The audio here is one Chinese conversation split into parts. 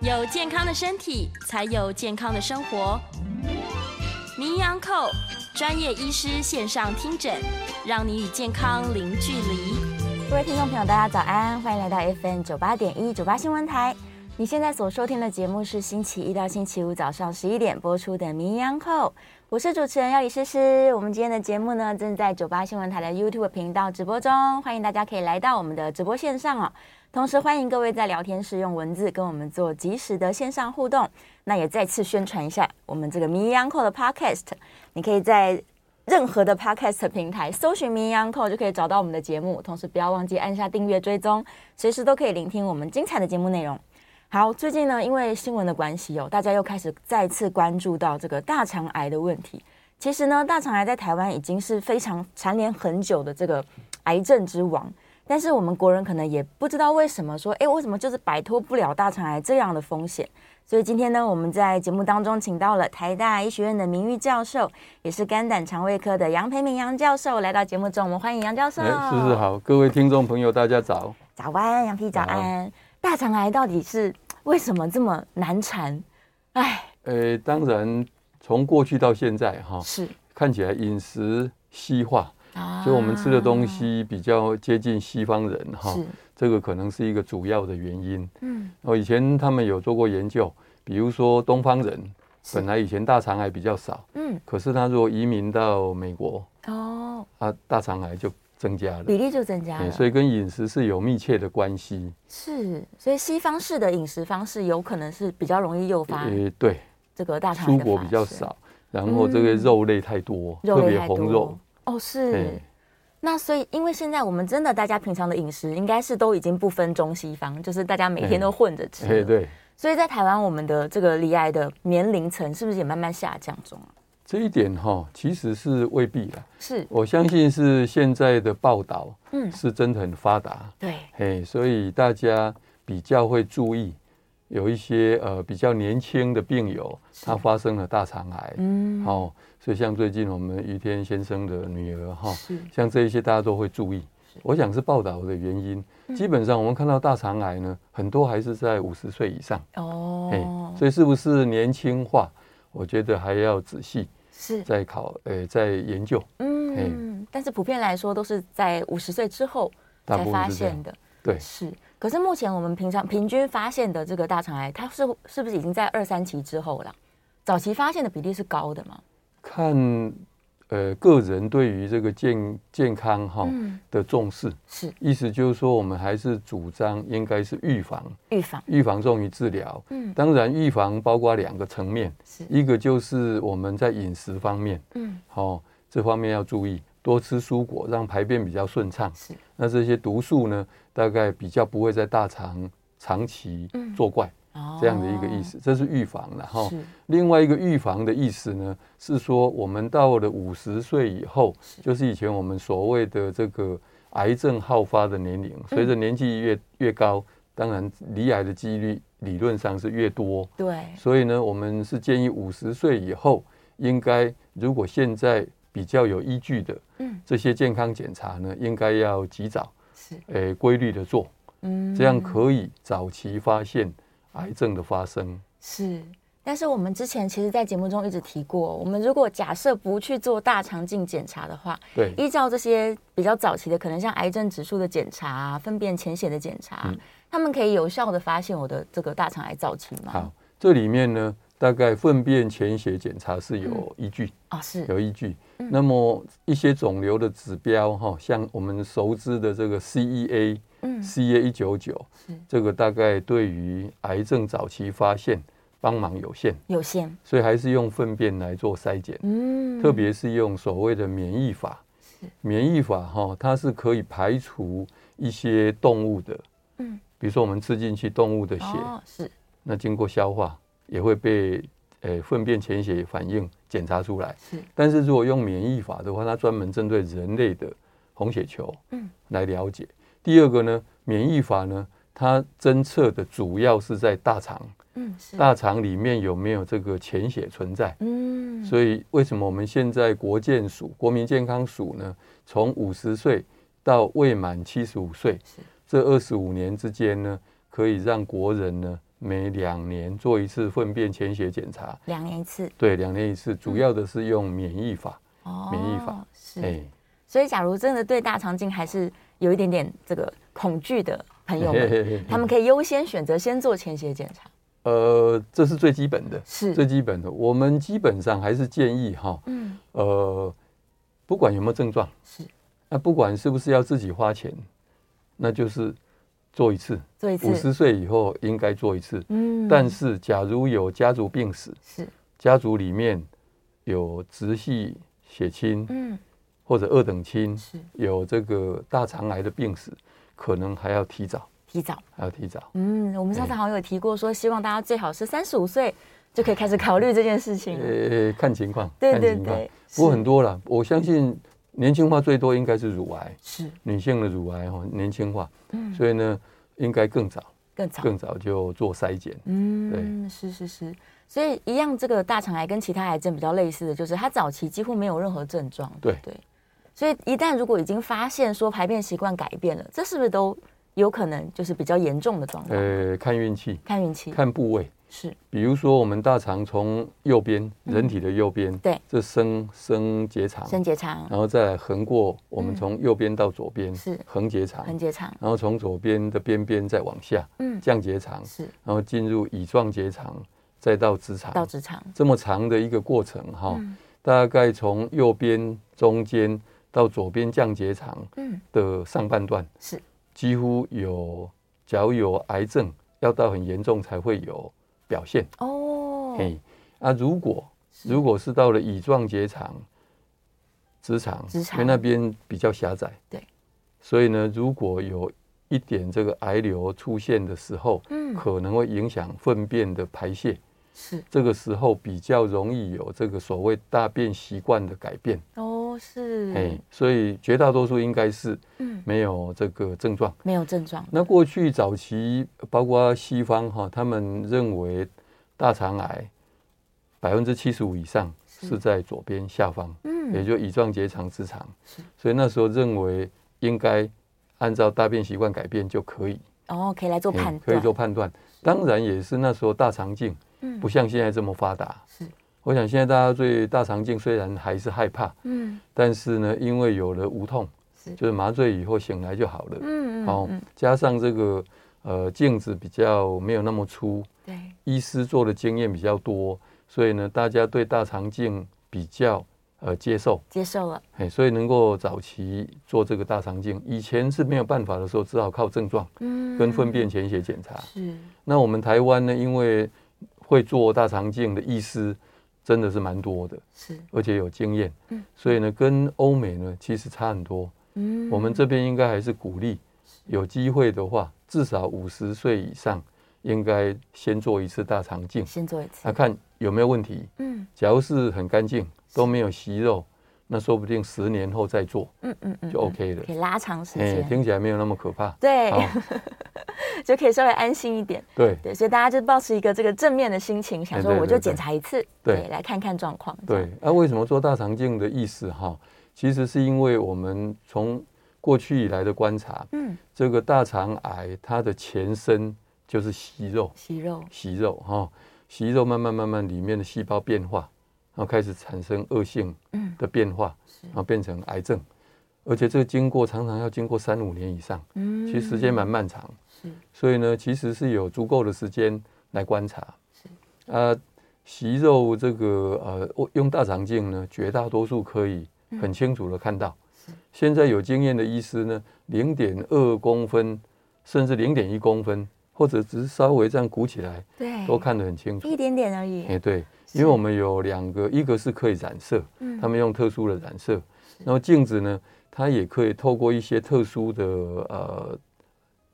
有健康的身体，才有健康的生活。名扬寇专业医师线上听诊，让你与健康零距离。各位听众朋友，大家早安，欢迎来到 FM 九八点一九八新闻台。你现在所收听的节目是星期一到星期五早上十一点播出的《名扬后》，我是主持人要李诗诗。我们今天的节目呢，正在九八新闻台的 YouTube 频道直播中，欢迎大家可以来到我们的直播线上哦。同时欢迎各位在聊天室用文字跟我们做及时的线上互动。那也再次宣传一下我们这个《名扬后》的 Podcast，你可以在任何的 podcast 平台搜寻“民谣扣”就可以找到我们的节目，同时不要忘记按下订阅追踪，随时都可以聆听我们精彩的节目内容。好，最近呢，因为新闻的关系哦，大家又开始再次关注到这个大肠癌的问题。其实呢，大肠癌在台湾已经是非常蝉联很久的这个癌症之王，但是我们国人可能也不知道为什么说，哎，为什么就是摆脱不了大肠癌这样的风险？所以今天呢，我们在节目当中请到了台大医学院的名誉教授，也是肝胆肠胃科的杨培明杨教授来到节目中，我们欢迎杨教授。哎，思思好，各位听众朋友，大家早。早安，杨皮早安。大肠癌到底是为什么这么难缠？哎，呃，当然，从过去到现在哈、是看起来饮食西化，啊就我们吃的东西比较接近西方人哈、是这个可能是一个主要的原因。嗯哦，以前他们有做过研究，比如说东方人是本来以前大肠癌比较少，嗯可是他如果移民到美国，哦，啊，大肠癌就增加了。比例就增加哎了，所以跟饮食是有密切的关系。是所以西方式的饮食方式有可能是比较容易诱发呃，对，这个大肠癌蔬的果发比较生，少，然后这个嗯肉类太多，肉特类别太红多肉。哦是哎。那所以，因为现在我们真的大家平常的饮食应该是都已经不分中西方，就是大家每天都哎混着吃哎，了。对，所以在台湾，我们的这个离癌的年龄层是不是也慢慢下降中啊？这一点哈、其实是未必啦。是，我相信是现在的报道嗯，是真的很发达，对，嘿，所以大家比较会注意，有一些呃比较年轻的病友，是他发生了大肠癌，嗯，哦，所以像最近我们于天先生的女儿哈、是像这一些大家都会注意。我想是报道的原因，嗯基本上我们看到大肠癌呢，很多还是在五十岁以上。哎、哦，所以是不是年轻化？我觉得还要仔细是，再考，呃，再研究。嗯，但是普遍来说都是在五十岁之后大才部分发是这样现的，对，是。可是目前我们平常平均发现的这个大肠癌，它是是不是已经在二三期之后了？早期发现的比例是高的嘛？看呃个人对于这个健健康哈、嗯的重视，是意思就是说我们还是主张应该是预防，预防，预防重于治疗。嗯当然，预防包括两个层面，是，一个就是我们在饮食方面，嗯哦，这方面要注意，多吃蔬果，让排便比较顺畅。是，那这些毒素呢，大概比较不会在大肠长期嗯作怪，哦这样的一个意思，这是预防了哈。是另外一个预防的意思呢，是说我们到了五十岁以后，就是以前我们所谓的这个癌症好发的年龄，随嗯着年纪越越高，当然罹癌的几率理论上是越多。对，所以呢，我们是建议五十岁以后，应该如果现在比较有依据的嗯这些健康检查呢，应该要及早。是，诶规律的做，嗯这样可以早期发现癌症的发生。是，但是我们之前其实，在节目中一直提过，我们如果假设不去做大肠镜检查的话，对，依照这些比较早期的，可能像癌症指数的检查啊、粪便潜血的检查嗯啊，他们可以有效的发现我的这个大肠癌早期吗？好，这里面呢，大概粪便潜血检查是有依据，啊、是有依据。嗯那么一些肿瘤的指标哈，像我们熟知的这个 E CEA、嗯 CA E 一九九，这个大概对于癌症早期发现帮忙有限，有限，所以还是用粪便来做筛检，嗯，特别是用所谓的免疫法，免疫法哈、它是可以排除一些动物的，嗯，比如说我们吃进去动物的血，哦，是那经过消化也会被呃粪便潜血反应检查出来。是，但是如果用免疫法的话，它专门针对人类的红血球，嗯，来了解。第二个呢，免疫法呢，它侦测的主要是在大肠，嗯是，大肠里面有没有这个潜血存在。嗯，所以为什么我们现在国健署、国民健康署呢，从五十岁到未满七十五岁是，这二十五年之间呢，可以让国人呢每两年做一次粪便潜血检查，两年一次，对，两年一嗯次，主要的是用免疫法，哎哦，免疫法是，所以，假如真的对大肠镜还是有一点点这个恐惧的朋友嘿嘿们，嘿 嘿 他们可以优先选择先做潜血检查。呃，这是最基本的，是最基本的。我们基本上还是建议哈，嗯，呃，不管有没有症状，是那不管是不是要自己花钱，那就是做一次。做一次。五十岁以后应该做一次，嗯但是假如有家族病史，是，家族里面有直系血亲嗯，或者二等亲是，有这个大肠癌的病史，可能还要提早，提早。还要提早。嗯，我们上次好像有提过，说希望大家最好是三十五岁就可以开始考虑这件事情。呃，看情况，啊对看对情况对不过是很多了，我相信年轻化最多应该是乳癌，是，女性的乳癌哈，年轻化，嗯，所以呢，应该更早，更早。更早就做筛检。嗯，是是是。所以一样，这个大肠癌跟其他癌症比较类似的就是，它早期几乎没有任何症状，对不对。所以一旦如果已经发现说排便习惯改变了，这是不是都有可能就是比较严重的状况？呃，看运气，看运气，看部位。是比如说，我们大肠从右边，人体的右边，嗯对这升升结肠，升结肠、然后再来横过，我们从右边到左边嗯是横结肠，横结肠，然后从左边的边边再往下嗯，降结肠，是然后进入乙状结肠，再到直肠，到直肠，这么长的一个过程哈嗯，大概从右边中间到左边降结肠嗯，的上半段，是几乎有，假如有癌症，要到很严重才会有表现。哦，嘿，啊，如果如果是到了乙状结肠、直肠，直肠因为那边比较狭窄，对，所以呢，如果有一点这个癌瘤出现的时候，嗯可能会影响粪便的排泄，是这个时候比较容易有这个所谓大便习惯的改变，哦是嘿，，所以绝大多数应该是嗯，没有这个症状。没有症状，那过去早期，包括西方哈，他们认为大肠癌百分之七十五以上是在左边下方，也嗯，就乙状结肠、直肠是，所以那时候认为应该按照大便习惯改变就可以，哦，可以来做判嗯断，可以做判断。当然也是那时候大肠镜嗯不像现在这么发达，是，我想现在大家对大肠镜虽然还是害怕，嗯但是呢，因为有了无痛是，就是麻醉以后醒来就好了。嗯嗯，哦嗯，加上这个呃镜子比较没有那么粗，对，医师做的经验比较多，所以呢，大家对大肠镜比较呃接受，接受了，哎，所以能够早期做这个大肠镜，以前是没有办法的时候，只好靠症状嗯，跟粪便潜血检查。是那我们台湾呢，因为会做大肠镜的医师真的是蛮多的，是，而且有经验嗯，所以呢，跟欧美呢其实差很多。嗯我们这边应该还是鼓励，有机会的话，至少五十岁以上应该先做一次大肠镜，先做一那次，看有没有问题。嗯假如是很干净，都没有息肉，那说不定十年后再做嗯嗯嗯，就 OK 了可。以拉长时哎，间，听起来没有那么可怕。对，好， 就可以稍微安心一点。对对，所以大家就保持一个这个正面的心情，想哎说对我对就对检查一次，对来看看状况。这样对，，那、为什么做大肠镜的意思哈？其实是因为我们从过去以来的观察，嗯，这个大肠癌它的前身就是息肉，息肉息肉哈、息肉慢慢慢慢里面的细胞变化，然后开始产生恶性嗯的变化，是然后变成癌症，而且这个经过常常要经过三五年以上，嗯其实时间蛮漫长，是所以呢，其实是有足够的时间来观察是。啊，息肉这个呃，我用大肠镜呢，绝大多数可以很清楚的看到。嗯是现在有经验的医师呢，零点二公分，甚至零点一公分，或者只是稍微这样鼓起来，对，都看得很清楚。一点点而已哎、。对，因为我们有两个，一个是可以染色，嗯他们用特殊的染色，然后镜子呢，它也可以透过一些特殊的呃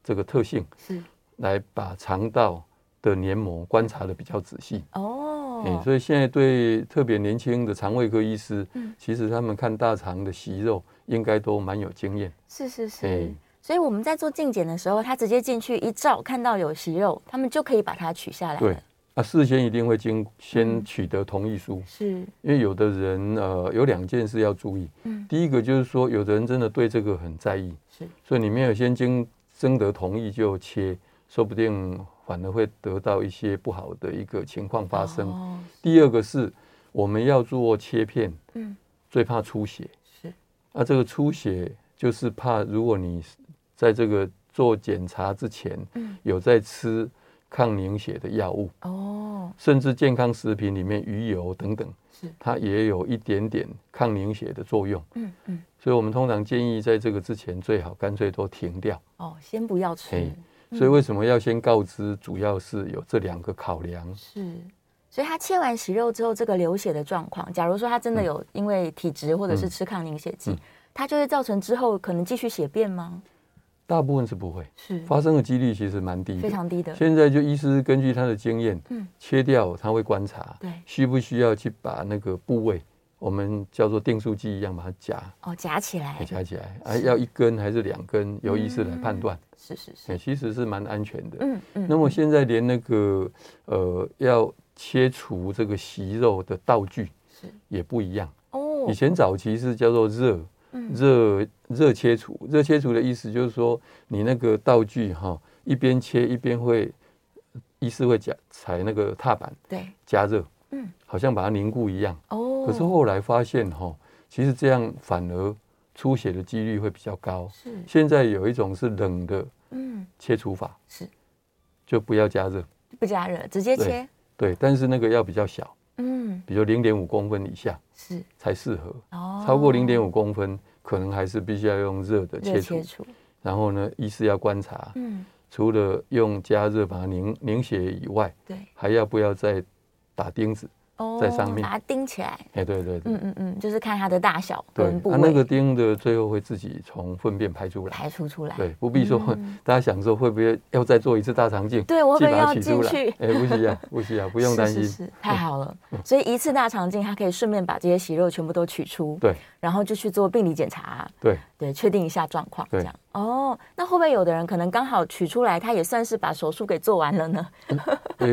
这个特性，是来把肠道的黏膜观察的比较仔细。哦，哎、所以现在对特别年轻的肠胃科医师，嗯其实他们看大肠的息肉应该都蛮有经验。是是是。哎所以我们在做镜检的时候，他直接进去一照，看到有息肉，他们就可以把它取下来。对，，啊，事先一定会经先取得同意书，是，因为有的人呃有两件事要注意。嗯第一个就是说，有的人真的对这个很在意，是，所以你没有先经征得同意就切，说不定反而会得到一些不好的一个情况发生。哦，第二个是我们要做切片，嗯，最怕出血。是，那、这个出血就是怕，如果你在这个做检查之前，嗯有在吃抗凝血的药物，哦，甚至健康食品里面鱼油等等，是它也有一点点抗凝血的作用。嗯嗯，所以我们通常建议在这个之前，最好干脆都停掉。哦，先不要吃嘿，嗯所以为什么要先告知？主要是有这两个考量。是。所以他切完息肉之后，这个流血的状况，假如说他真的有因为体质或者是吃抗凝血剂，嗯它就会造成之后可能继续血便吗？大部分是不会是发生的几率，其实蛮低的，嗯非常低的。现在就医师根据他的经验，嗯切掉他会观察，对需不需要去把那个部位，我们叫做订书机一样把它夹，哦，夹起来给，夹起来，啊，要一根还是两根，由医师来判断，是是哎、是，其实是蛮安全的。嗯嗯，那么现在连那个呃要切除这个息肉的道具是也不一样，哦以，前早期是叫做热嗯热热切除，热切除的意思就是说，你那个道具哈、一边切一边会，医师会夹踩那个踏板对，加热，嗯，好像把它凝固一样。哦，可是后来发现哈、其实这样反而出血的几率会比较高。是，现在有一种是冷的嗯，切除法，是就不要加热，不加热，直接对切，对，但是那个要比较小，嗯，比如零点五公分以下是，才适合，哦，超过零点五公分可能还是必须要用热的热切除切。除，然后呢，医师要观察，嗯，除了用加热把它凝凝血以外，对，还要不要再打钉子？哦，在上面把它钉起来，哎，对对对，嗯嗯嗯，就是看它的大小对跟，部它、位，那个钉的最后会自己从粪便排出来，排除出来，对，不必说、嗯大家想说会不会要再做一次大肠镜，对我去会把要它取进出来去，，哎，不 需要，不需要，不不用担心，嗯是是太好了。所以一次大肠镜，它可以顺便把这些息肉全部都取出，对然后就去做病理检查，对，对，确定一下状况，这对样。哦，那会不会有的人可能刚好取出来，他也算是把手术给做完了呢？呃呃，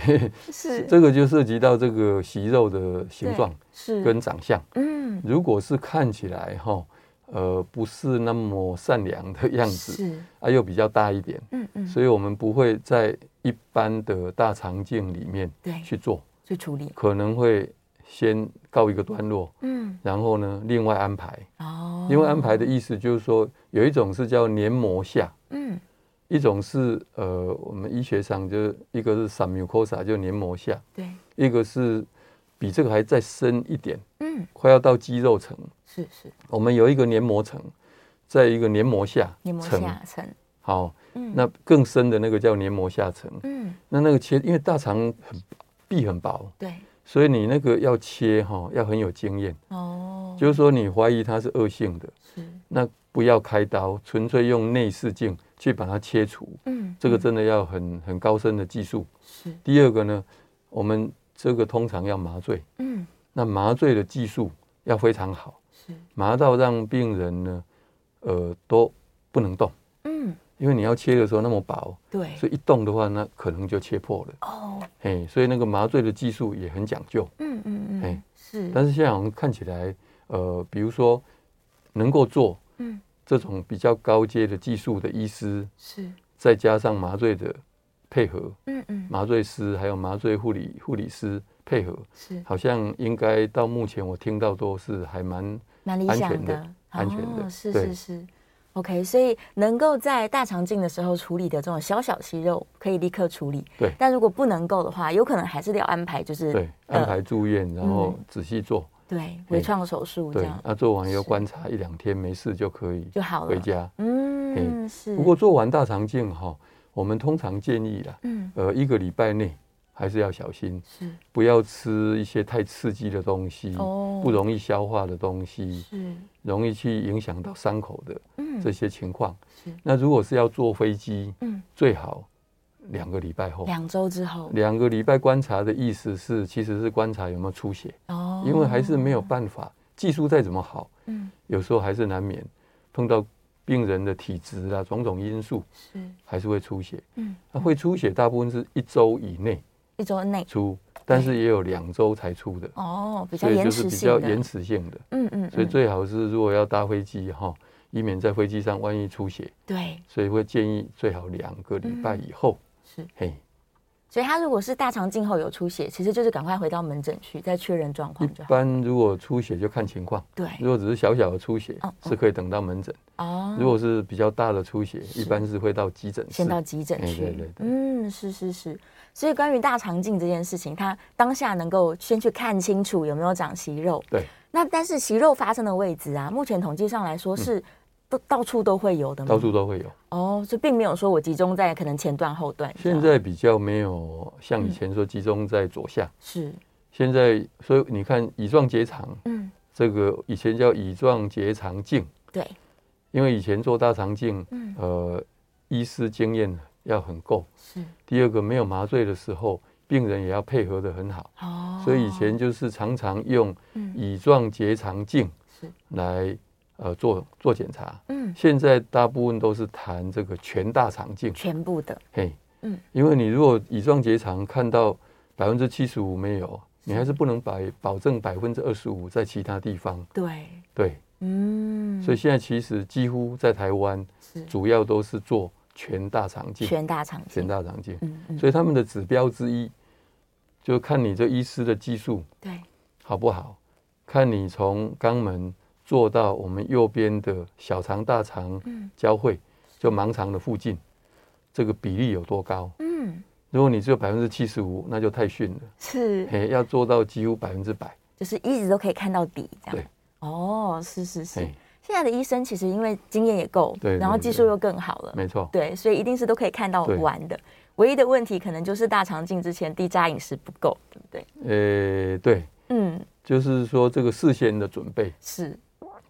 嘿嘿是这个就涉及到这个息肉的形状是跟长相。嗯如果是看起来哈，呃，不是那么善良的样子，是啊，又比较大一点，嗯嗯，所以我们不会在一般的大肠镜里面对去做，去处理，可能会先告一个段落，嗯然后呢，另外安排。哦，另外安排的意思就是说，有一种是叫黏膜下，嗯一种是呃，我们医学上就是一个是 submucosa，就黏膜下，对一个是比这个还再深一点，嗯快要到肌肉层。是是我们有一个黏膜层，在一个黏膜下黏膜层下层好，嗯那更深的那个叫黏膜下层。嗯那那个切，因为大肠很壁很薄，对所以你那个要切哈、要很有经验。哦就是说你怀疑它是恶性的，是那不要开刀，纯粹用内视镜去把它切除。嗯这个真的要很很高深的技术。是第二个呢，我们这个通常要麻醉，嗯那麻醉的技术要非常好，是麻到让病人呢，呃，都不能动，嗯因为你要切的时候那么薄，对所以一动的话，那可能就切破了。哦嘿，所以那个麻醉的技术也很讲究。嗯嗯嗯哎是但是现在好像看起来，呃，比如说能够做嗯这种比较高阶的技术的医师，是再加上麻醉的配合，嗯嗯麻醉师还有麻醉护理护理师配合，是好像应该到目前我听到都是还蛮蛮理安想全的的，安全的哦是对是是。OK，所以能够在大肠镜的时候处理的这种小小息肉，可以立刻处理。对但如果不能够的话，有可能还是得要安排，就是对，呃嗯安排住院，然后仔细做，对微创手术这对，样那做完以后是观察一两天没事就可以就好了。回家。嗯，是。不过做完大肠镜哈，我们通常建议啦，嗯，呃，一个礼拜内还是要小心，是不要吃一些太刺激的东西，哦不容易消化的东西，是，容易去影响到伤口的嗯这些情况。是那如果是要坐飞机，嗯，最好两个礼拜后。两周之后两个礼拜观察的意思是，其实是观察有没有出血，哦因为还是没有办法，技术再怎么好，嗯有时候还是难免碰到病人的体质啊，种种因素是还是会出血。嗯那会出血大部分是一周以内一周内出，但是也有两周才出的，哦比较所以延就是迟比性较的延迟性的。嗯嗯所以嗯最好是如果要搭飞机哈，以免在飞机上万一出血，对所以会建议最好两个礼拜以后。是嘿，所以他如果是大肠镜后有出血，其实就是赶快回到门诊去再确认状一况就好。般如果出血就看情况。对嗯如果只是小小的出血哦，是可以等到门诊；哦，如果是比较大的出血，一般是会到急诊室先。到急诊哎去。对对对嗯，是是是。所以关于大肠镜这件事情，他当下能够先去看清楚有没有长息肉。对，那但是息肉发生的位置啊，目前统计上来说是都、到处都会有的吗？嗯到处都会有。哦，就并没有说我集中在可能前段后段。现这样在比较没有像以前说集中在左下，是现在所以你看乙状结肠嗯这个以前叫乙状结肠镜，对因为以前做大肠镜嗯，呃，医师经验要很够。是第二个，没有麻醉的时候，病人也要配合的很好，哦，所以以前就是常常用嗯乙状结肠镜是来呃做做检查。嗯现在大部分都是谈这个全大肠镜，全部的嘿，嗯因为你如果乙状结肠看到百分之七十五没有，你还是不能百保证百分之二十五在其他地方，对对，嗯，所以现在其实几乎在台湾是主要都是做全大肠镜，全大肠全镜大肠镜，嗯嗯所以他们的指标之一就看你这医师的技术对好不好，看你从肛门做到我们右边的小肠大肠嗯交汇，就盲肠的附近，这个比例有多高？嗯如果你只有百分之七十五，那就太逊了。 是嘿，要做到几乎百分之百。就是一直都可以看到底这样。对。哦，是是是。嘿，现在的医生其实因为经验也够，对对然后技术又更好了，没错。对，所以一定是都可以看到对完的。唯一的问题可能就是大肠镜之前低渣饮食不够，对不对？呃，对，嗯，就是说这个事先的准备，是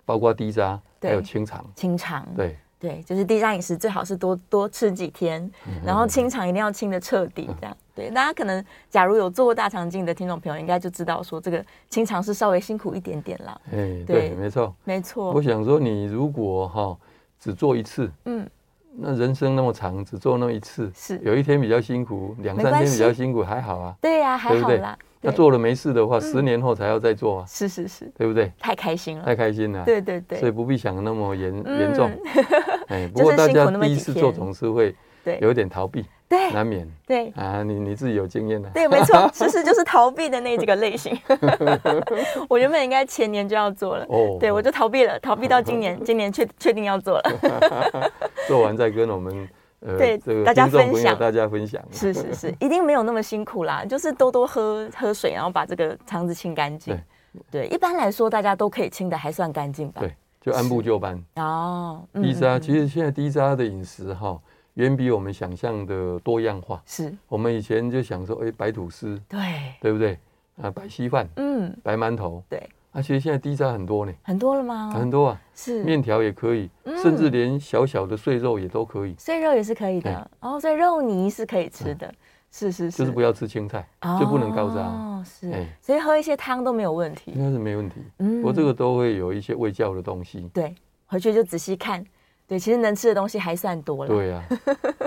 包括低渣，对还有清肠。清肠，对，对，就是低渣饮食最好是多多吃几天，嗯然后清肠一定要清的彻底，这样。对，大家可能假如有做过大肠镜的听众朋友，应该就知道说这个清肠是稍微辛苦一点点啦，哎，对哦对，没错。没错我，想说，你如果哈只做一次，嗯，那人生那么长，只做那么一次，是有一天比较辛苦，两没三关天系比较辛苦还好啊。对呀、还对不好对啦，那对嗯做了没事的话，十年后才要再做啊，是是是，对不对？太开心了太，开心了。对对对，所以不必想得那么严嗯 严重。哎，不就过是大辛苦家那么第一几次天做总是会对有一点逃避，对难免对啊。你你自己有经验啊的，对，没 错，其实就是逃避的那几个类型。我原本应该前年就要做了，哦对我就逃避了，逃避到今 年，今年确确定要做了。哦做完再跟我们呃对这个大家听众分朋友享大家分享。是是是，一定没有那么辛苦啦，就是多多喝喝水，然后把这个肠子清干净。对，一般来说大家都可以清的还算干净吧。对，就按部就班。哦，嗯低渣啊嗯啊其实现在低渣的饮食哈，远比我们想象的多样化。是我们以前就想说，哎，白吐司对，对不对？啊，白稀饭、嗯，白馒头，对，啊，其实现在低渣很多呢，很多了吗？很多啊，哦是面条也可以，嗯甚至连小小的碎肉也都可以。所以肉也是可以的，哦，所以肉泥是可以吃的，是是是，就是不要吃青菜，就不能高渣，哦，是，哎所以喝一些汤都没有问应题。该是没问题。嗯不过这个都会有一些味教的东西，对，回去就仔细看。对，其实能吃的东西还算多了。，对啊。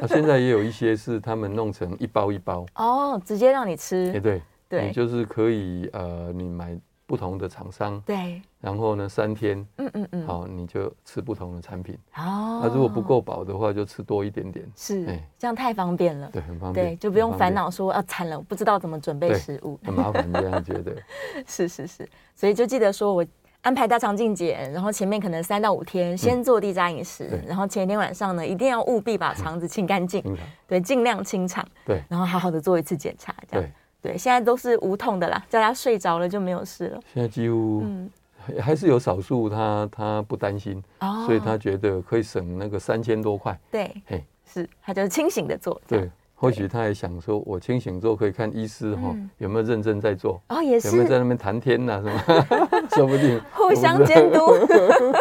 啊现在也有一些是他们弄成一包 一包，哦，直接让你哎，吃。对，对你就是可以呃，你买不同的厂商，对，然后呢三天，嗯嗯嗯。好，你就吃不同的产品。哦，那如果不够饱的话，就吃多一点点，是哎这样太方便了。对，很方便，对，就不用很方烦便，恼说啊惨了，我不知道怎么准备对食物。很麻烦这样觉得。 是是是，所以就记得说我安排大肠镜检，然后前面可能三到五天先做低渣饮食，嗯对嗯然后前一天晚上呢一定要务必把肠子清干净，平常对，尽量清肠，对然后好好的做一次检查， 这样。对，对，现在都是无痛的啦，叫他睡着了就没有事了。现在几乎嗯，还还是有少数他他不担心，哦所以他觉得可以省那个三千多块。对嘿，是，他就是清醒的做。这样对，或许他也想说，我清醒之后可以看医师哈、嗯有没有认真在做，哦，也有没有在是那边谈天呐、什么， 说不定互相监督。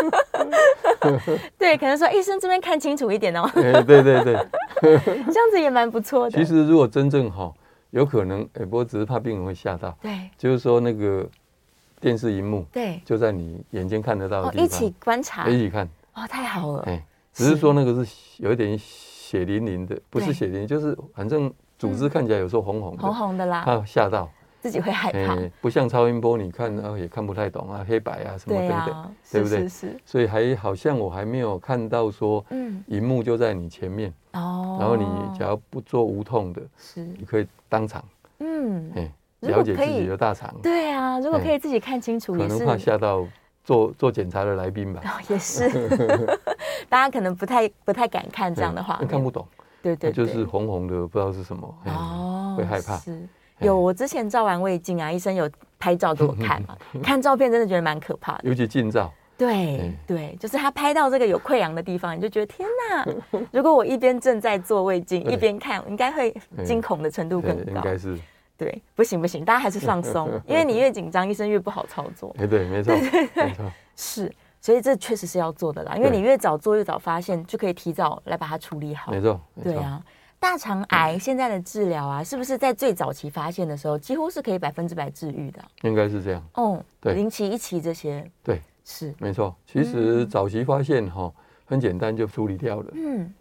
对，可能说医生这边看清楚一点 哦，哎、对对对，这样子也蛮不错的。其实如果真正好，有可能，哎、不过只是怕病人会吓到，对就是说那个电视荧幕对就在你眼睛看得到的哦，地方，一起观察一起看，哦，太好了哎、。只是是说那个是有一点血淋淋的，不对嗯是血淋，就是反正组织看起来有时候红红的，红红的啦，怕吓到，自己会害怕。哎不像超音波，你看啊也看不太懂啊，黑白啊什对么等呀、等，对是不对是是，所以还好像我还没有看到说，嗯，荧幕就在你前面，哦，然后你只要不做无痛的，是，你可以当场嗯，哎如果了解可自以己的大肠，对啊，如果可以自己看清楚，可也能是怕吓到做做检查的来宾吧，哦，也是， 大家可能不太不太敢看这样的哎画看面，不懂，啊对对对，就是红红的，不知道是什么，哎哦，会害怕是。有，我之前照完胃镜啊，医生有拍照给我看 嘛，看照片真的觉得蛮可怕的。尤其近照。对哎对，就是他拍到这个有溃疡的地方，你就觉得天哪！如果我一边正在做胃镜，一对嗯边看，我应该会惊恐的程度对更，应高。该是，对，不行不行，大家还是放 松，因为你越紧张，医生越不好操作。哎，对，没错，没错，是，所以这确实是要做的啦，因为对你越早做越早发现，就可以提早来把它处理好没。错，没对错，嗯啊，大肠癌现在的治疗啊，是不是在最早期发现的时候，几乎是可以百分之百治愈的啊？应该是这样，哦，对零期、一期这些对，是，没错。其实早期发现哈，很简单就处理掉了，嗯，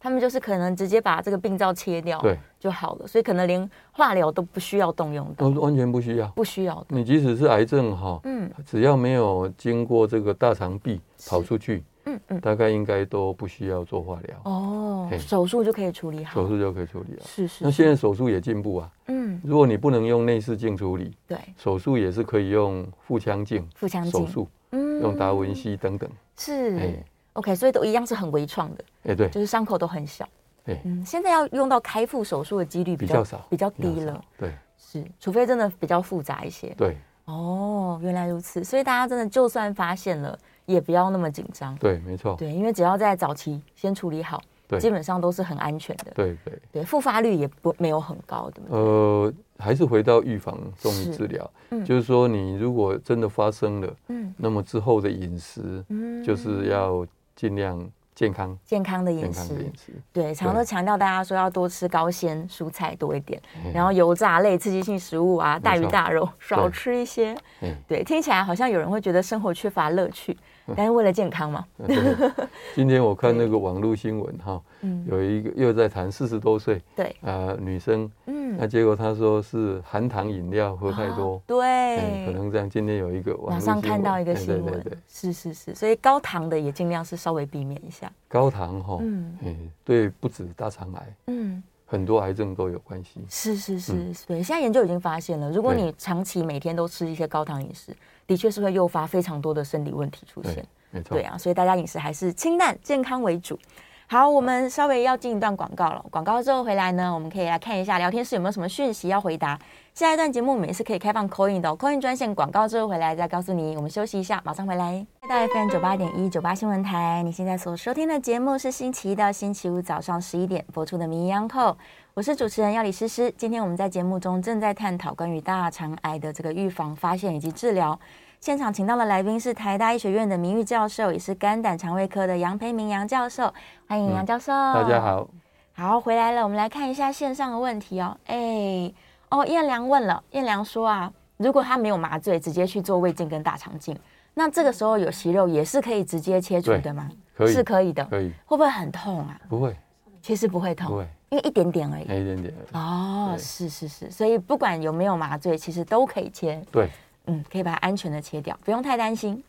他们就是可能直接把这个病灶切掉，对，就好了，所以可能连化疗都不需要动用到，完完全不需要。不需要的，你即使是癌症哈，嗯只要没有经过这个大肠壁跑出去，嗯嗯，大概应该都不需要做化疗，哦，嘿手术就可以处理好手，术就可以处理了。是是，那现在手术也进步啊，嗯，如果你不能用内视镜处理，对，手术也是可以用腹腔镜腹腔手镜，术，嗯用达文西等等。是哎，OK，所以都一样是很微创的，哎，对就，是伤口都很小。对嗯，现在要用到开腹手术的几率比比较少，比较比低少了，。对是，除非真的比较复杂一些。对哦，原来如此，所以大家真的就算发现了，也不要那么紧张。对，没错，对，因为只要在早期先处理好，哦对基本上都是很安全的。对对。对，复发率也不没有很高，对不对？呃，还是回到预防重于是治疗，嗯就是说你如果真的发生了，嗯那么之后的饮食嗯就是要尽量健康，健康的饮健康的食饮，食。对，常常都强调大家说要多吃高纤蔬菜多一点，嗯然后油炸类刺激性食物啊，大鱼错大肉少吃一些。哎，对，听起来好像有人会觉得生活缺乏乐趣，嗯但是为了健康嘛，呃对 今天我看那个网络新闻哈，嗯，有一个又在谈四十多岁对，啊女生，那嗯，结果她说是含糖饮料喝太多哦，对，哎可能这样。今天有一个网马络上新看到一个哎新对对闻对，，是是是，所以高糖的也尽量是稍微避免一下。高糖哈，嗯哎，对，不止大肠癌，嗯，很多癌症都有关系。是是是，嗯对，现在研究已经发现了，如果你长期每天都吃一些高糖饮食，的确是会诱发非常多的生理问题出现对。，哎没错。对啊，所以大家饮食还是清淡健康为主。好，我们稍微要进一段广告了。广告之后回来呢，我们可以来看一下聊天室有没有什么讯息要回答。下一段节目我们也是可以开放 call in 的、哦、，call in 专线广告之后回来再告诉你。我们休息一下，马上回来。大 FM 九八点一九八新闻台，你现在所收听的节目是星期一到星期五早上十一点播出的《名医央叩》，我是主持人要李诗诗。今天我们在节目中正在探讨关于大肠癌的这个预防、发现以及治疗。现场请到的来宾是台大医学院的名誉教授，也是肝胆肠胃科的杨培明杨教授，欢迎杨教授。嗯大家好，哦好，回来了，我们来看一下线上的问题哦。哎，哦，燕良问了，燕良说啊，如果他没有麻醉，直接去做胃镜跟大肠镜，那这个时候有息肉也是可以直接切除对的吗？可以，是可以的。可以，会不会很痛啊？不会，其实不会痛，不会，哎因为一点点而已。那一点点而已，哦，对是是是，所以不管有没有麻醉，其实都可以切对，嗯，可以把它安全的切掉，不用太担心。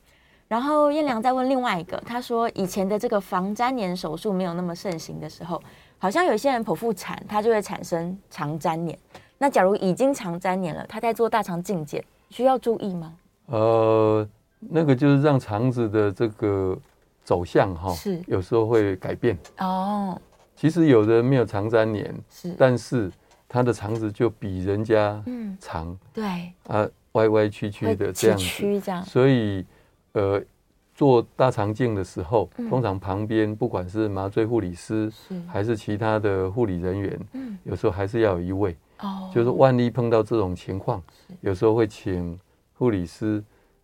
然后燕良再问另外一个，他说以前的这个防粘连手术没有那么盛行的时候，好像有些人剖腹产，它就会产生肠粘连。那假如已经肠粘连了，他在做大肠镜检，需要注意吗？呃，那个就是让肠子的这个走向哈，是有时候会改变。哦，其实有的人没有肠粘连，是，但是他的肠子就比人家嗯，长对，啊，歪歪曲曲会的崎啊这样子，岖这样，所以呃，做大肠镜的时候，通常旁边不管是麻醉护理师还是其他的护理人员，有时候还是要有一位。哦，就是万一碰到这种情况，有时候会请护理师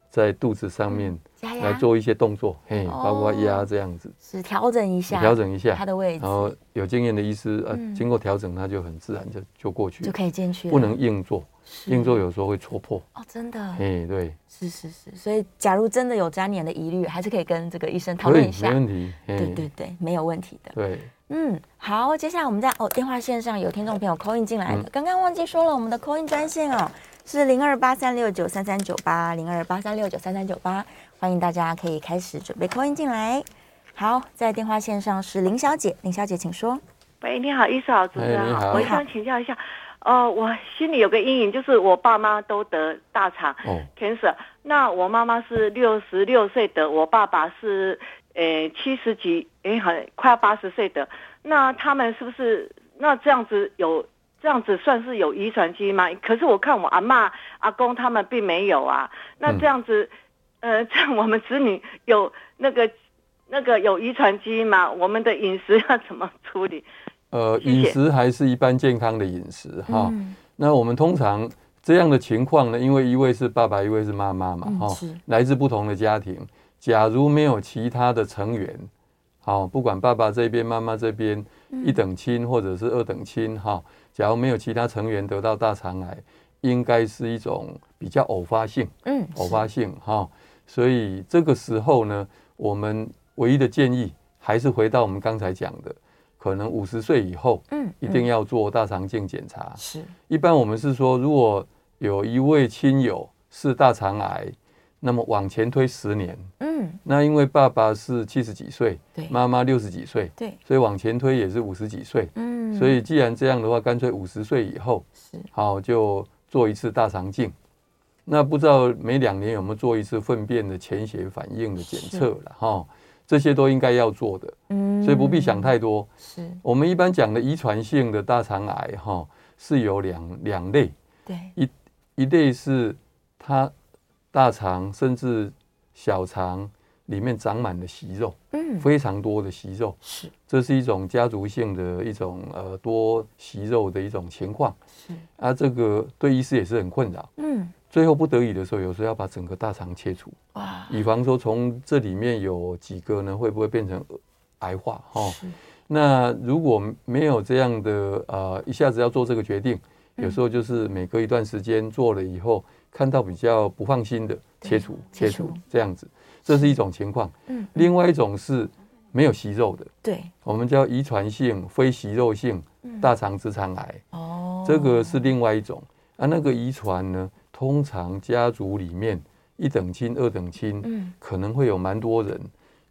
在肚子上面加来压做一些动作，嘿，哎哦包括压这样子，是调整一下，调整一下它的位置然，后有经验的医师啊嗯，经过调整，他就很自然就就过去就了，可以进去了，不能硬做，是硬做有时候会戳破，哦，真的嘿，对，是是是，所以假如真的有沾黏的疑虑，还是可以跟这个医生讨可以论一，没下，问题，嘿对对对，没有问题的。对，嗯，好，接下来我们在哦电话线上有听众朋友 call in 进嗯来的，刚刚忘记说了，我们的 call in 专线哦是零二八三六九三三九八零二八三六九三三九八，欢迎大家可以开始准备 call in 进来。好，在电话线上是林小姐，林小姐请说。喂，你好，医生好，主持哎你人好好，啊我想请教一下，呃，我心里有个阴影，就是我爸妈都得大肠哦， cancer，那我妈妈是六十六岁得，我爸爸是呃七十几，哎，很快要八十岁得，那他们是不是那这样子有这样子算是有遗传基因吗？可是我看我阿嬷、阿公他们并没有啊，嗯那这样子，呃， 这样我们子女有那个那个有遗传基因吗？我们的饮食要怎么处理？呃，谢谢饮食还是一般健康的饮食哈。那我们通常这样的情况呢，因为一位是爸爸，一位是妈妈嘛嗯哈、是来自不同的家庭。假如没有其他的成员，好、不管爸爸这边、妈妈这边一等亲或者是二等亲哈、假如没有其他成员得到大肠癌，应该是一种比较偶发性。嗯，偶发性哈、所以这个时候呢，我们唯一的建议还是回到我们刚才讲的，可能五十岁以后，嗯一定要做大肠镜检查。是一般我们是说，如果有一位亲友是大肠癌，那么往前推十年，嗯那因为爸爸是七十几岁对，妈妈六十几岁，对所以往前推也是五十几岁。嗯，所以既然这样的话，干脆五十岁以后，是好就做一次大肠镜。那不知道每两年有没有做一次粪便的潜血反应的检测了哈，这些都应该要做的，嗯所以不必想太多。是我们一般讲的遗传性的大肠癌哈，是有两两类，对一类是它大肠甚至小肠里面长满了息肉，嗯非常多的息肉，是这是一种家族性的一种呃多息肉的一种情况是啊，这个对医师也是很困扰。嗯最后不得已的时候，有时候要把整个大肠切除，哇以防说从这里面有几个呢会不会变成癌化哦。是那如果没有这样的呃一下子要做这个决定，嗯有时候就是每隔一段时间做了以后，看到比较不放心的切除切切除除这样子，这是一种情况。嗯另外一种是没有息肉的。对我们叫遗传性非息肉性大肠直肠癌，嗯哦这个是另外一种啊。那个遗传呢，通常家族里面一等亲、二等亲，嗯可能会有蛮多人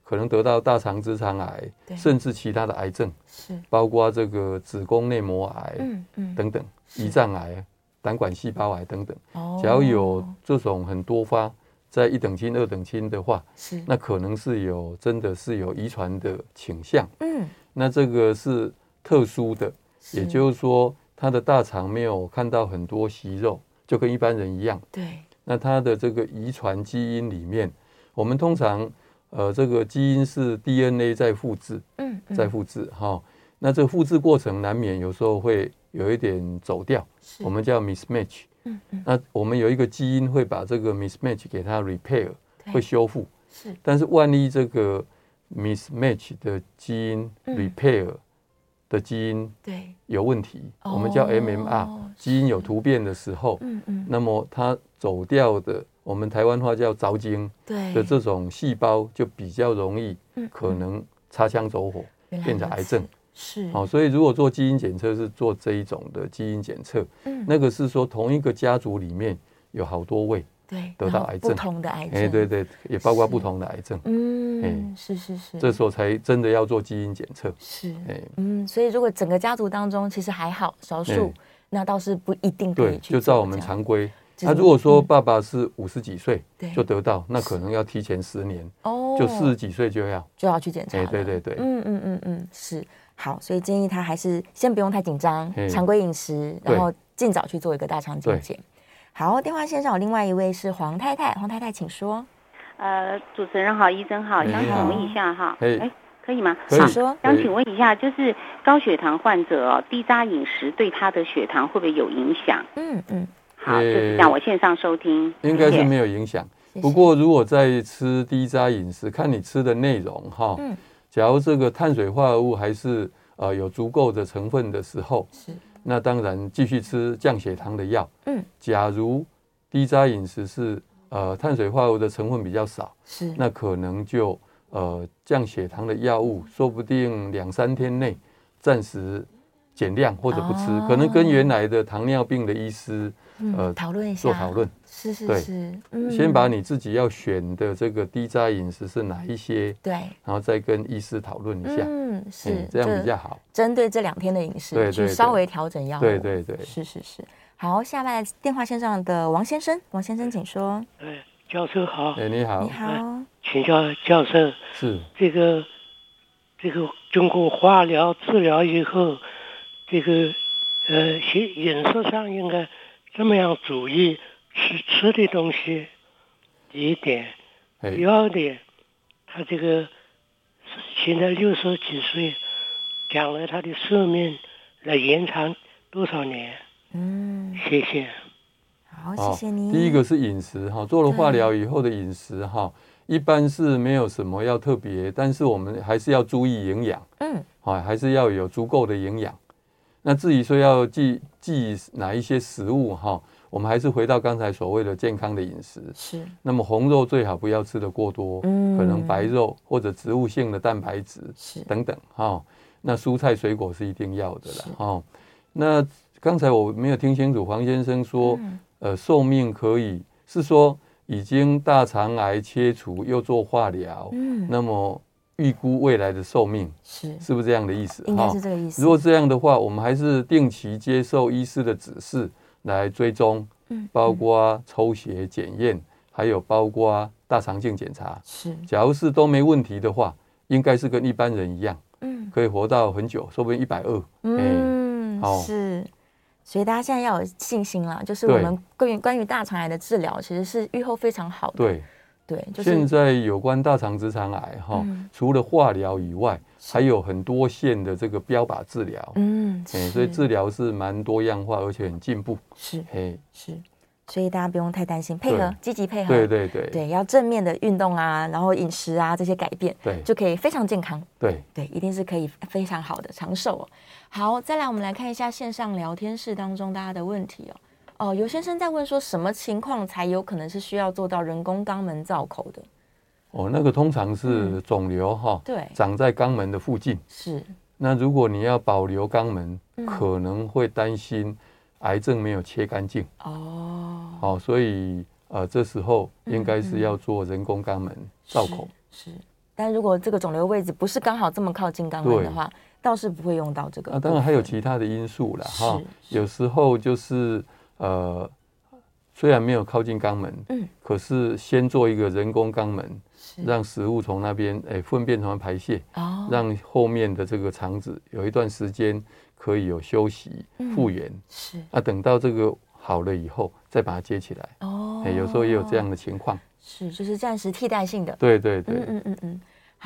可能得到大肠直肠癌对，甚至其他的癌症，是包括这个子宫内膜癌嗯嗯等等、胰脏癌、胆管细胞癌等等。哦只要有这种很多发在一等亲、二等亲的话，是那可能是有真的是有遗传的倾向。嗯那这个是特殊的，也就是说，它的大肠没有看到很多息肉，就跟一般人一样。对那它的这个遗传基因里面，我们通常呃，这个基因是 DNA 在复制，嗯嗯在复制哈、那这个复制过程难免有时候会有一点走掉，是我们叫 mismatch。嗯嗯那我们有一个基因会把这个 mismatch 给它 repair，对会修复。是但是万一这个 mismatch 的基因、嗯 repair 的基因对有问题，哦我们叫 MMR 基因有突变的时候，嗯嗯那么它走掉的，我们台湾话叫着精对的这种细胞就比较容易嗯可能擦枪走火，原来变成如癌此症。哦是好、所以如果做基因检测是做这一种的基因检测，嗯那个是说同一个家族里面有好多位，对得然到后癌不症同的癌症哎，对对，也包括是不同的癌症。嗯哎是是是这时候才真的要做基因检测。是哎，嗯所以如果整个家族当中其实还好少数哎那倒是不一定可对以，去就照做我们这样常规。这那种如果说爸爸是五十几岁对就得到，那可能要提前十年，哦就四十几岁就要。就要去检查哎，了对对对，嗯嗯嗯嗯，是好，所以建议他还是先不用太紧张，嘿常规饮食，对然后尽早去做一个大肠镜对检。好，电话线上有另外一位是黄太太，黄太太请说。呃，主持人好，医生好，哎你想好请问一下哈，嘿哎，可以吗？可以啊说想可以请问一下，就是高血糖患者哦，低渣饮食对他的血糖会不会有影响？嗯嗯，好，就是这样，诶我线上收听，哎应该谢是谢没有影响。谢谢不过如果在吃低渣饮食，看你吃的内容哈，嗯假如这个碳水化合物还是呃有足够的成分的时候，是那当然继续吃降血糖的药。嗯假如低渣饮食是呃碳水化合物的成分比较少，是那可能就呃降血糖的药物，说不定两三天内暂时减量或者不吃，哦可能跟原来的糖尿病的医师嗯呃讨论一下做讨论，是是对是，嗯先把你自己要选的这个低渣饮食是哪一些，对然后再跟医师讨论一下，嗯是这样就比较好。针对这两天的饮食对去对稍对微调整药物，对对对是是是。好，下面来电话线上的王先生，王先生请说。哎，教授好，哎，你好你，好，请教教授，是这个这个经过化疗治疗以后，这个呃，饮饮食上应该怎么样注意吃吃的东西？第一点，哎第二点，他这个现在六十几岁，将来他的寿命来延长多少年？嗯，谢谢。好，哦谢谢你。第一个是饮食哈，做了化疗以后的饮食哈，一般是没有什么要特别，但是我们还是要注意营养。嗯，啊，还是要有足够的营养。那至于说要忌忌哪一些食物哈、我们还是回到刚才所谓的健康的饮食。是那么红肉最好不要吃得过多，嗯可能白肉或者植物性的蛋白质是，等等哈、那蔬菜水果是一定要的是了哈、那刚才我没有听清楚黄先生说，嗯呃，寿命可以是说已经大肠癌切除又做化疗，嗯，那么预估未来的寿命。是，是不是这样的意思？应该哈是这个意思。如果这样的话，我们还是定期接受医师的指示来追踪，嗯包嗯括抽血检验，还有包括大肠镜检查。是，假如是都没问题的话，应该是跟一般人一样，嗯可以活到很久，说不定一百二。嗯，好是。所以大家现在要有信心啦，就是我对们关于关于大肠癌的治疗，其实是预后非常好的。对，对，就是现在有关大肠直肠癌哈，嗯除了化疗以外，还有很多线的这个标靶治疗。嗯，哎是所以治疗是蛮多样化，而且很进步。是嘿，是，所以大家不用太担心，配合对积极配合，对对对对，要正面的运动啊，然后饮食啊这些改变，对就可以非常健康。对，对，一定是可以非常好的长寿哦。好，再来我们来看一下线上聊天室当中大家的问题哦。哦，有先生在问说，什么情况才有可能是需要做到人工肛门造口的？哦，那个通常嗯是肿瘤哈，对长在肛门的附近。是，那如果你要保留肛门，嗯可能会担心癌症没有切干净，哦，哦，所以呃，这时候应嗯该嗯是要做人工肛门造口。是。但如果这个肿瘤位置不是刚好这么靠近肛门的话，倒是不会用到这个部那分。啊当然还有其他的因素了哈，是有时候就是呃，虽然没有靠近肛门，嗯，可是先做一个人工肛门，是让食物从那边哎粪便从那排泄，哦，让后面的这个肠子有一段时间可以有休息嗯复原。是那、啊等到这个好了以后，再把它接起来。哦哎、，有时候也有这样的情况。是，就是暂时替代性的。对对对，哦嗯嗯嗯嗯，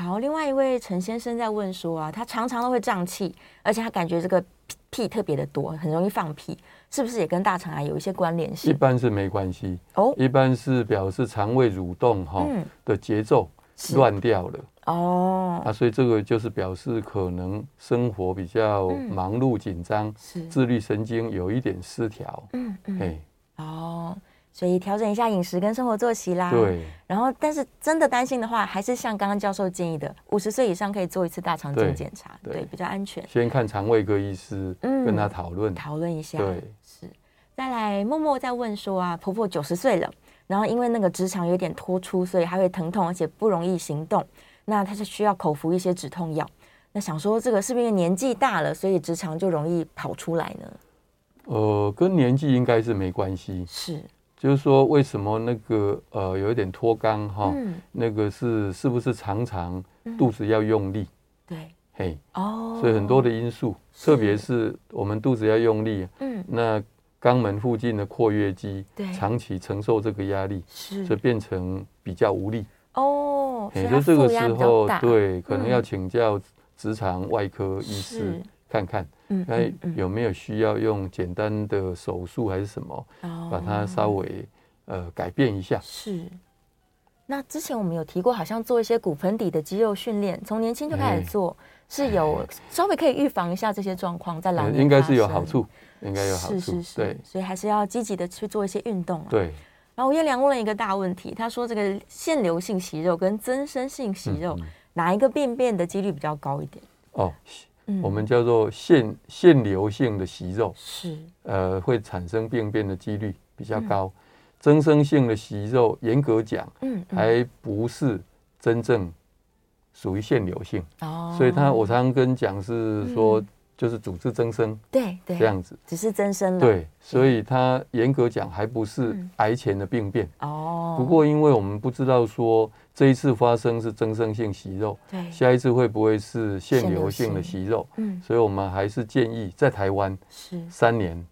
好。另外一位陈先生在问说啊，他常常都会胀气，而且他感觉这个屁屁特别的多，很容易放屁，是不是也跟大肠癌有一些关联一性？般是没关系，哦一般是表示肠胃蠕动哈、嗯的节奏是乱掉了哦，啊，所以这个就是表示可能生活比较嗯忙碌紧张，是，自律神经有一点失调。嗯哎、嗯，哦，所以调整一下饮食跟生活作息啦。。对然后，但是真的担心的话，还是像刚刚教授建议的，五十岁以上可以做一次大肠镜对检查，对对，比较安全。先看肠胃科医师，嗯跟他讨论。讨论一下。对，是。再来，默默在问说啊，婆婆九十岁了，然后因为那个直肠有点脱出，所以还会疼痛，而且不容易行动。那她是需要口服一些止痛药。那想说这个是不是因为年纪大了，所以直肠就容易跑出来呢？呃，跟年纪应该是没关系，是，就是说为什么那个呃有一点脱肛哈，嗯，那个是是不是常常肚子要用力？对，嘿，哦，所以很多的，因素，是特别是我们肚子要用力，嗯，那肛门附近的括约肌对长期承受这个压力，是所以变成比较无力。哦，所以也它哎就这负个压时比较候大，对，可能要嗯请教职场外科医师是看看，嗯，那嗯嗯有没有需要用简单的手术还是什么，把它稍哦微呃改变一下。是。那之前我们有提过，好像做一些骨盆底的肌肉训练，从年轻就开始哎做，是有稍微可以预防一下这些状况在老呃年应该发是有生好，处，应该有好是处是。是，对所以还是要积极的去做一些运动啊。对，然后叶良问了一个大问题，他说这个腺瘤性息肉跟增生性息肉、哪一个病变的几率比较高一点？哦，嗯我们叫做腺腺瘤性的息肉，是呃，会产生病变的几率比较高。增生性的息肉，严格讲嗯嗯还不是真正属于腺瘤性，哦所以它我常常跟讲是说嗯，就是组织增生对对这样子。只是增生了，对，所以它严格讲还不是嗯癌前的病变。哦，不过，因为我们不知道说这一次发生是增生性息肉，对下一次会不会是腺瘤腺性瘤的性息肉？嗯所以我们还是建议在台湾是三年。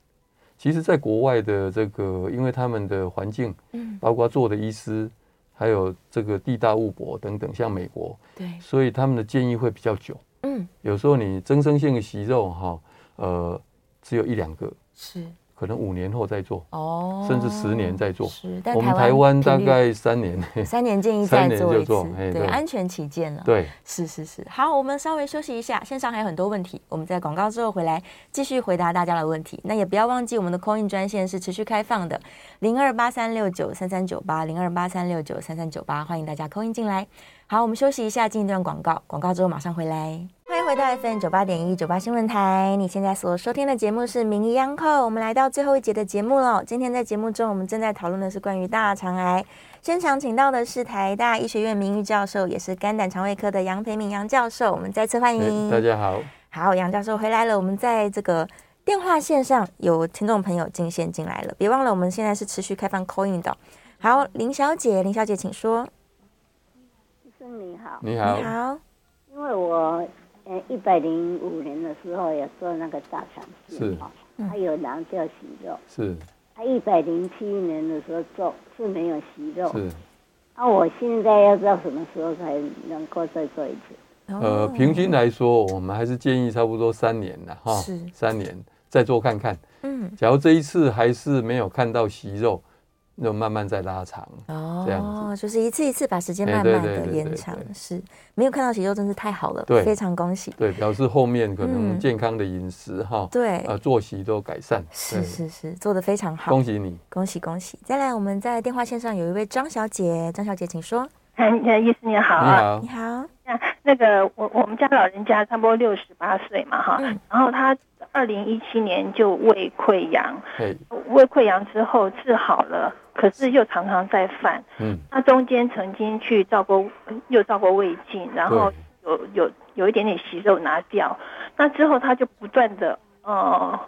其实，在国外的这个，因为他们的环境，嗯包括做的医师，还有这个地大物博等等，像美国，对所以他们的建议会比较久。嗯有时候你增生性的息肉哈，呃，只有一两个，是可能五年后再做，哦，甚至十年再做。是，但我们台湾大频率概三年，三年建议三再年做就一次做，哎对，对安全起见了。 对。是是是，好，我们稍微休息一下，线上还有很多问题，我们在广告之后回来继续回答大家的问题。那也不要忘记我们的 Coin 专线是持续开放的，零二八三六九三三九八，零二八三六九三三九八，欢迎大家 Coin 进来。好，我们休息一下，进一段广告，广告之后马上回来。欢迎回到 FM 九八点一九八新闻台，你现在所收听的节目是《名医央叩》，我们来到最后一节的节目了。今天在节目中，我们正在讨论的是关于大肠癌。现场请到的是台大医学院名誉教授，也是肝胆肠胃科的杨培明杨教授，我们再次欢哎迎。大家好，好，杨教授回来了。我们在这个电话线上有听众朋友进线进来了，别忘了我们现在是持续开放 call in 的。好，林小姐，林小姐，请说。医生你好，你你好，好，因为我呃一百零五年的时候有做那个大肠是镜哈，还有囊掉息肉，是他一百零七年的时候做是没有息肉，是，那、我现在要知道什么时候才能够再做一次？哦呃，平均来说，我们还是建议差不多三年了哈是，三年再做看看。嗯，假如这一次还是没有看到息肉，那就慢慢再拉长。哦，这样就是一次一次把时间哎慢对慢对的对延对长，对是没有看到息肉，真是太好了，对非常恭喜。对，表示后面可嗯能健康的饮食哈，对啊，作息都改善。是对，是是，做的非常好，恭喜你。恭喜恭喜！再来，我们在电话线上有一位张小姐，张小姐，请说。哎， 呃医生你好你啊，好你，好，那个我我们家老人家差不多六十八岁嘛哈，嗯然后他二零一七年就胃溃疡，嘿，胃溃疡之后治好了，可是又常常在犯。嗯，他中间曾经去照过，又照过胃镜，然后有有有一点点息肉拿掉，那之后他就不断的呃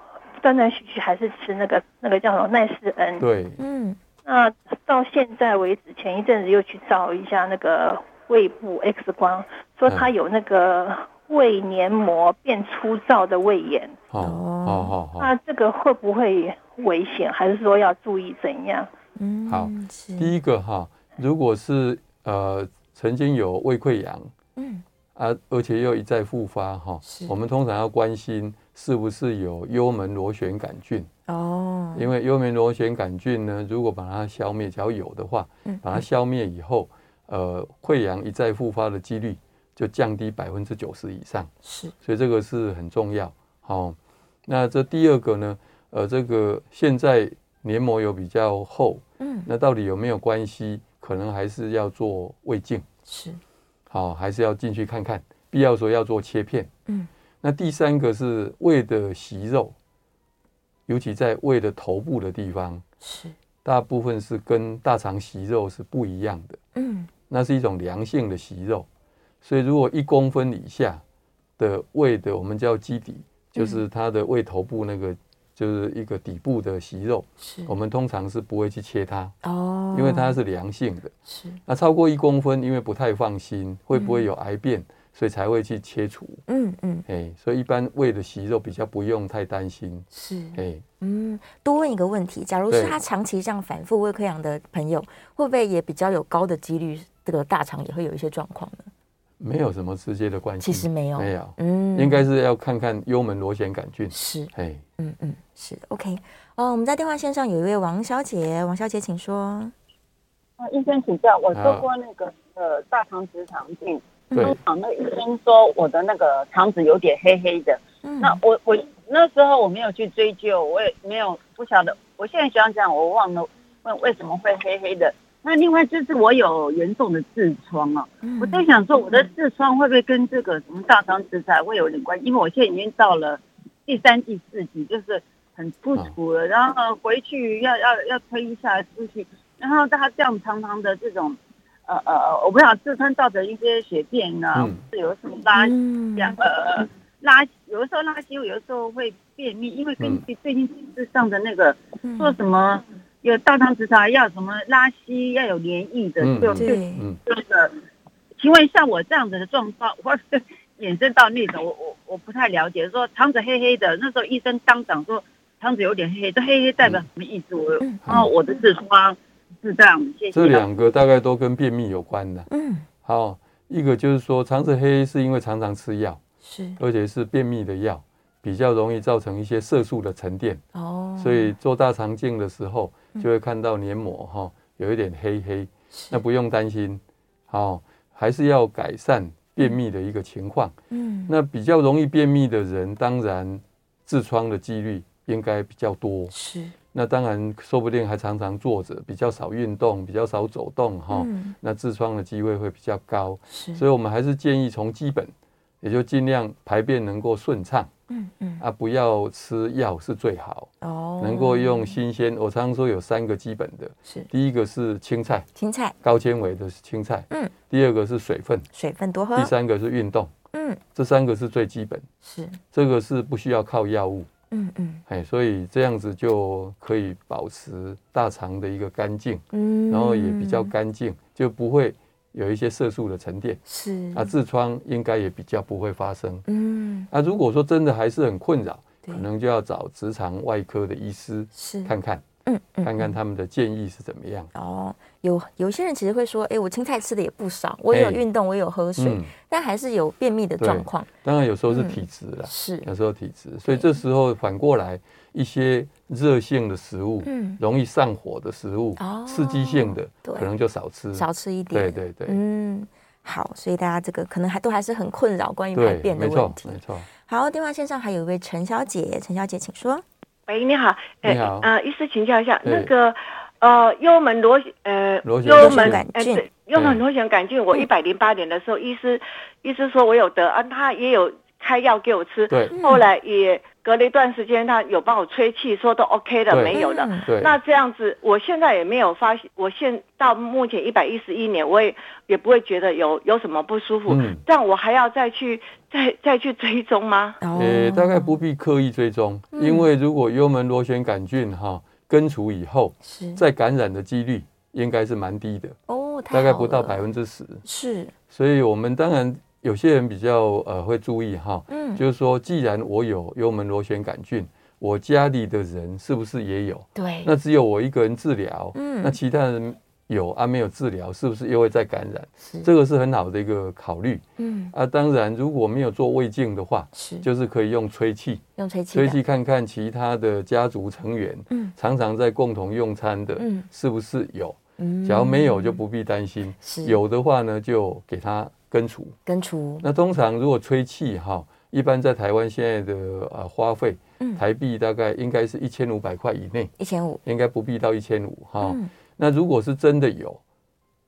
断断续续还是吃那个那个叫什么奈斯恩，对，嗯，那到现在为止，前一阵子又去照一下那个胃部 X 光，说他有那个胃黏膜变粗糙的胃炎。好，哦好好好那。这个会不会危险？还是说要注意怎样？嗯，好是，第一个哈，如果是呃曾经有胃溃疡，嗯，啊，而且又一再复发哈是，我们通常要关心是不是有幽门螺旋杆菌，哦，因为幽门螺旋杆菌呢，如果把它消灭，只要有的话，嗯把它消灭以后，呃，溃疡一再复发的几率就降低百分之九十以上，是，所以这个是很重要。好、那这第二个呢，呃，这个现在黏膜有比较厚，嗯，那到底有没有关系？可能还是要做胃镜。是，好、还是要进去看看，必要说要做切片。嗯，那第三个是胃的息肉，尤其在胃的头部的地方，是，大部分是跟大肠息肉是不一样的，嗯，那是一种良性的息肉，所以如果一公分以下的胃的，我们叫基底，嗯就是它的胃头部那个。就是一个底部的息肉，是，我们通常是不会去切它，嗯哦，因为它是良性的。是，那超过一公分，因为不太放心会不会有癌变，所以才会去切除。嗯嗯，哎，所以一般胃的息肉比较不用太担心。是，哎，嗯，多问一个问题，假如是对他长期这样反复胃溃疡的朋友，会不会也比较有高的几率这个大肠也会有一些状况呢？没有什么直接的关系，其实没有，嗯没有，嗯应该是要看看幽门螺旋杆菌。是，哎，嗯嗯，是，OK。哦，我们在电话线上有一位王小姐，王小姐请说。啊，医生请教，我啊做过那个呃大肠直肠镜，嗯对通常那个医生说我的那个肠子有点黑黑的，嗯那我我那时候我没有去追究，我也没有不晓得，我现在想想我忘了问为什么会黑黑的。那另外就是我有严重的痔疮啊，嗯我在想说我的痔疮会不会跟这个什么大肠直肠会有点关系？因为我现在已经到了第三、第四级，就是很不楚了，然后回去要要要推一下出去，然后它这样长长的这种，呃呃，呃我不知道痔疮造成一些血便啊，嗯是有什么拉嗯两呃拉，有的时候拉稀，有的时候会便秘，因为嗯根据最近市上的那个、嗯做什么有大肠直肠要什么拉稀要有黏液的，嗯就嗯就对，嗯，这个，请问像我这样子的状况，我 是衍生到那种，我我我不太了解，说肠子黑黑的，那时候医生当场说肠子有点黑黑，这黑黑代表什么意思？我嗯然后我的痔疮是这样，谢谢。啊这两个大概都跟便秘有关的。嗯，好，一个就是说肠子黑是因为常常吃药，是，而且是便秘的药，比较容易造成一些色素的沉淀，哦，所以做大肠镜的时候就会看到黏膜哈、有一点黑黑，是那不用担心，好，还是要改善便秘的一个情况。嗯，那比较容易便秘的人，当然痔疮的几率应该比较多。是，那当然，说不定还常常坐着，比较少运动，比较少走动哈、嗯那痔疮的机会会比较高。是，哦所以我们还是建议从基本，也就尽量排便能够顺畅嗯嗯，啊，不要吃药是最好，哦，能够用新鲜。我常常说有三个基本的，是第一个是青菜，青菜、高纤维的青菜，嗯，第二个是水分，水分多喝第，三个是运动，嗯，这三个是最基本，是，这个是不需要靠药物。嗯嗯哎，所以这样子就可以保持大肠的一个干净，嗯，然后也比较干净，就不会有一些色素的沉淀是啊，痔疮应该也比较不会发生嗯啊。如果说真的还是很困扰，可对能就要找直肠外科的医师是看看，嗯嗯看看他们的建议是怎么样。哦，有有些人其实会说，哎，我青菜吃的也不少，我也有哎运动，我也有喝水，嗯，但还是有便秘的对状况，当然有时候是嗯体质啦，是，有时候体质，所对以这时候反过来一些热性的食物，嗯容易上火的食物，哦刺激性的对可能就少吃，少吃一对点，对对。嗯，好，所以大家这个可能还都还是很困扰关于排对，便的没错问题没。错，好，电话线上还有一位陈小姐，陈小姐请说。喂，你好，呃你好呃，医师请教一下，对那个呃，幽门螺呃螺旋幽螺旋门杆呃菌对幽门螺旋杆菌，我一百零八年的时候，医师医师说我有得啊，他也有开药给我吃， 对后来也隔了一段时间，他有帮我吹气，说都 OK 了，对没有了。嗯对，那这样子，我现在也没有发现，我现到目前一百一十一年，我也也不会觉得有有什么不舒服。嗯但我还要再去再再去追踪吗？哦嗯呃，大概不必刻意追踪，因为如果幽门螺旋杆菌哈根除以后，是再感染的几率应该是蛮低的，哦，太大概好不到了百分之十。是所以我们当然有些人比较呃会注意哈，嗯就是说既然我有幽门螺旋杆菌，我家里的人是不是也有？对，那只有我一个人治疗，嗯那其他人有啊没有治疗，是不是又会再感染？是这个是很好的一个考虑。嗯啊，当然，如果没有做胃镜的话，是就是可以用吹气，用吹嗯气吹的气看看其他的家族成员，嗯常常在共同用餐的，嗯是不是有？嗯只要没有就不必担心，是有的话呢就给它根除。根除那通常如果吹气哈，一般在台湾现在的呃花费嗯，台币大概应该是一千五百块以内，一千五应该不必到一千五哈。嗯那如果是真的有，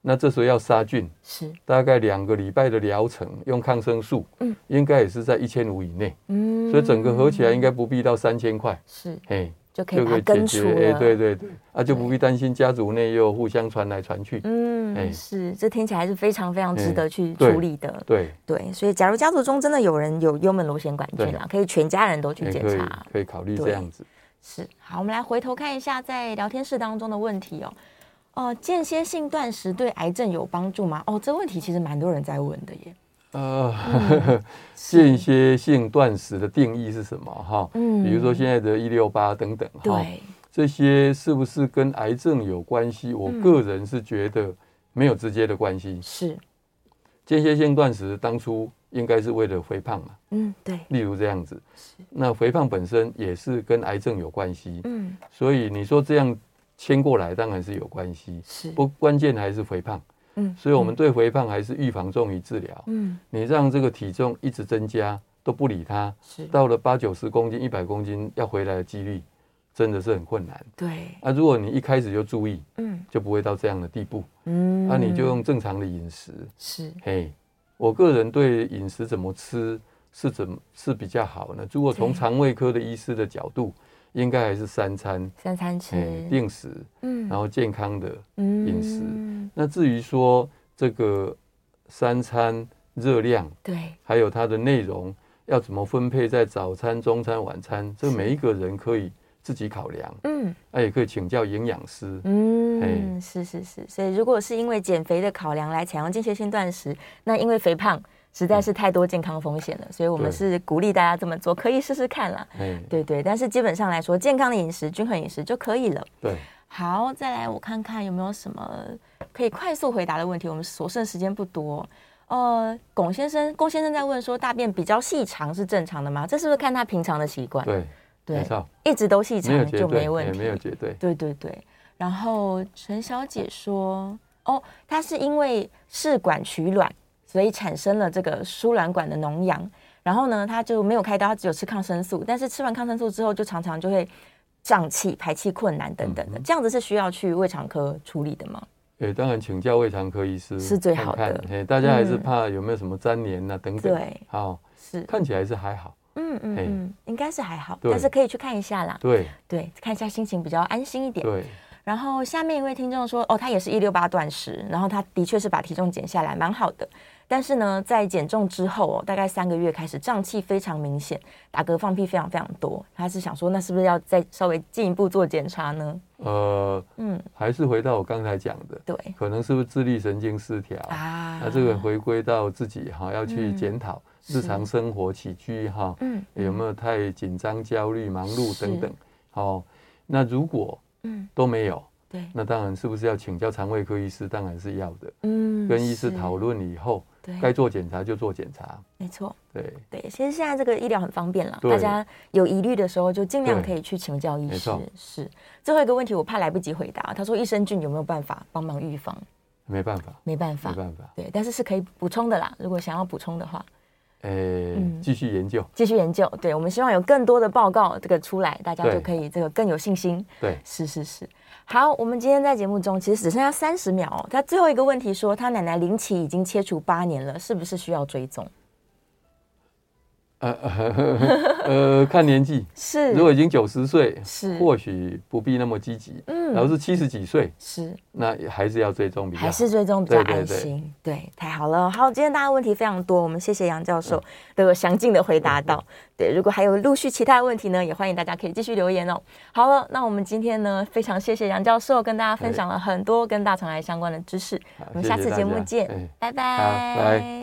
那这时候要杀菌，是大概两个礼拜的疗程，用抗生素，嗯应该也是在一千五以内，嗯所以整个合起来应该不必到三千块，是嘿，就可以把它解根除决。哎了，对对对，啊，就不必担心家族内又互相传来传去，嗯哎是，这听起来是非常非常值哎得去对处理的。对，对，所以假如家族中真的有人有幽门螺旋杆菌对啊，可以全家人都去也检可以查。可以考虑这对样子。是，好，我们来回头看一下在聊天室当中的问题哦。哦、间歇性断食对癌症有帮助吗？哦，这问题其实蛮多人在问的耶。呃，嗯是间歇性断食的定义是什么？哈，嗯比如说现在的一六八等等，哈，对，这些是不是跟癌症有关系？我嗯个人是觉得没有直接的关系。是，间歇性断食当初应该是为了肥胖嘛，嗯，对，例如这样子。那肥胖本身也是跟癌症有关系，嗯，所以你说这样牵过来当然是有关系。是不关键还是肥胖，嗯，所以我们对肥胖还是预防重于治疗。嗯你让这个体重一直增加都不理它是，到了八九十公斤、一百公斤要回来的几率真的是很困难。对，啊，如果你一开始就注意，嗯就不会到这样的地步。嗯，那、你就用正常的饮食。是嘿，我个人对饮食怎么吃是怎么是比较好呢？如果从对肠胃科的医师的角度，应该还是三餐，三餐吃嘿，定时，嗯然后健康的饮食。嗯那至于说这个三餐热量，对，还有它的内容要怎么分配在早餐、中餐、晚餐，这每一个人可以自己考量，嗯那、也可以请教营养师。嗯，是是是，所以如果是因为减肥的考量来采用间歇性断食，那因为肥胖实在是太多健康风险了，所以我们对是鼓励大家这么做，可以试试看啦。哎，对对，但是基本上来说，健康的饮食、均衡饮食就可以了。对，好，再来我看看有没有什么可以快速回答的问题，我们所剩时间不多。呃，龚先生，龚先生在问说，大便比较细长是正常的吗？这是不是看他平常的习惯？对，对没错，一直都细没有长绝就对，没问也题。没有绝对。对对对。然后陈小姐说，哦，她是因为试管取卵，所以产生了这个输卵管的脓疡。然后呢，她就没有开刀，她只有吃抗生素。但是吃完抗生素之后，就常常就会胀气、排气困难等嗯等的。这样子是需要去胃肠科处理的吗？哎，当然请教胃肠科医师是最好的看看哎，大家还是嗯怕有没有什么粘连啊等等。对好，是，看起来是还好。嗯嗯嘿嗯，应该是还好，对但是可以去看一下啦。对对，看一下心情比较安心一点。对，然后下面一位听众说，哦，他也是一六八断食，然后他的确是把体重减下来，蛮好的。但是呢，在减重之后哦，大概三个月开始胀气非常明显，打嗝放屁非常非常多。他是想说，那是不是要再稍微进一步做检查呢？呃，嗯，还是回到我刚才讲的，对可能是不是自律神经失调？啊，哦那这个回归到自己哈，要去嗯检讨是日常生活起居哈，嗯有没有太紧张、焦虑、忙碌是等等。好，那如果嗯都没有，对那当然是不是要请教肠胃科医师？当然是要的，嗯跟医师是讨论以后对，该做检查就做检查。没错。对，对，其实现在这个医疗很方便了，对大家有疑虑的时候就尽量对可以去请教医没师错。是最后一个问题，我怕来不及回答。他说，益生菌有没有办法帮忙预防？没办法，没办法没，办法，对，但是是可以补充的啦。如果想要补充的话，诶嗯，继续研究。继续研究。对我们希望有更多的报告这个出来，大家对就可以这个更有信心。 对，是是是。好，我们今天在节目中其实只剩下三十秒、哦。他最后一个问题说，他奶奶林奇已经切除八年了，是不是需要追踪？呃呃呃，看年纪，是，如果已经九十岁，是或许不必那么积极。嗯然后是七十几岁，是那还是要追踪比较好。还是追踪比较对对安对心。对太好了。好，今天大家问题非常多，我们谢谢杨教嗯授都有详尽的回答到。对，如果还有陆续其他的问题呢，也欢迎大家可以继续留言哦。好了，那我们今天呢，非常谢谢杨教授跟大家分享了很多跟大肠癌相关的知识。我们谢下谢次大节目家见哎，拜拜拜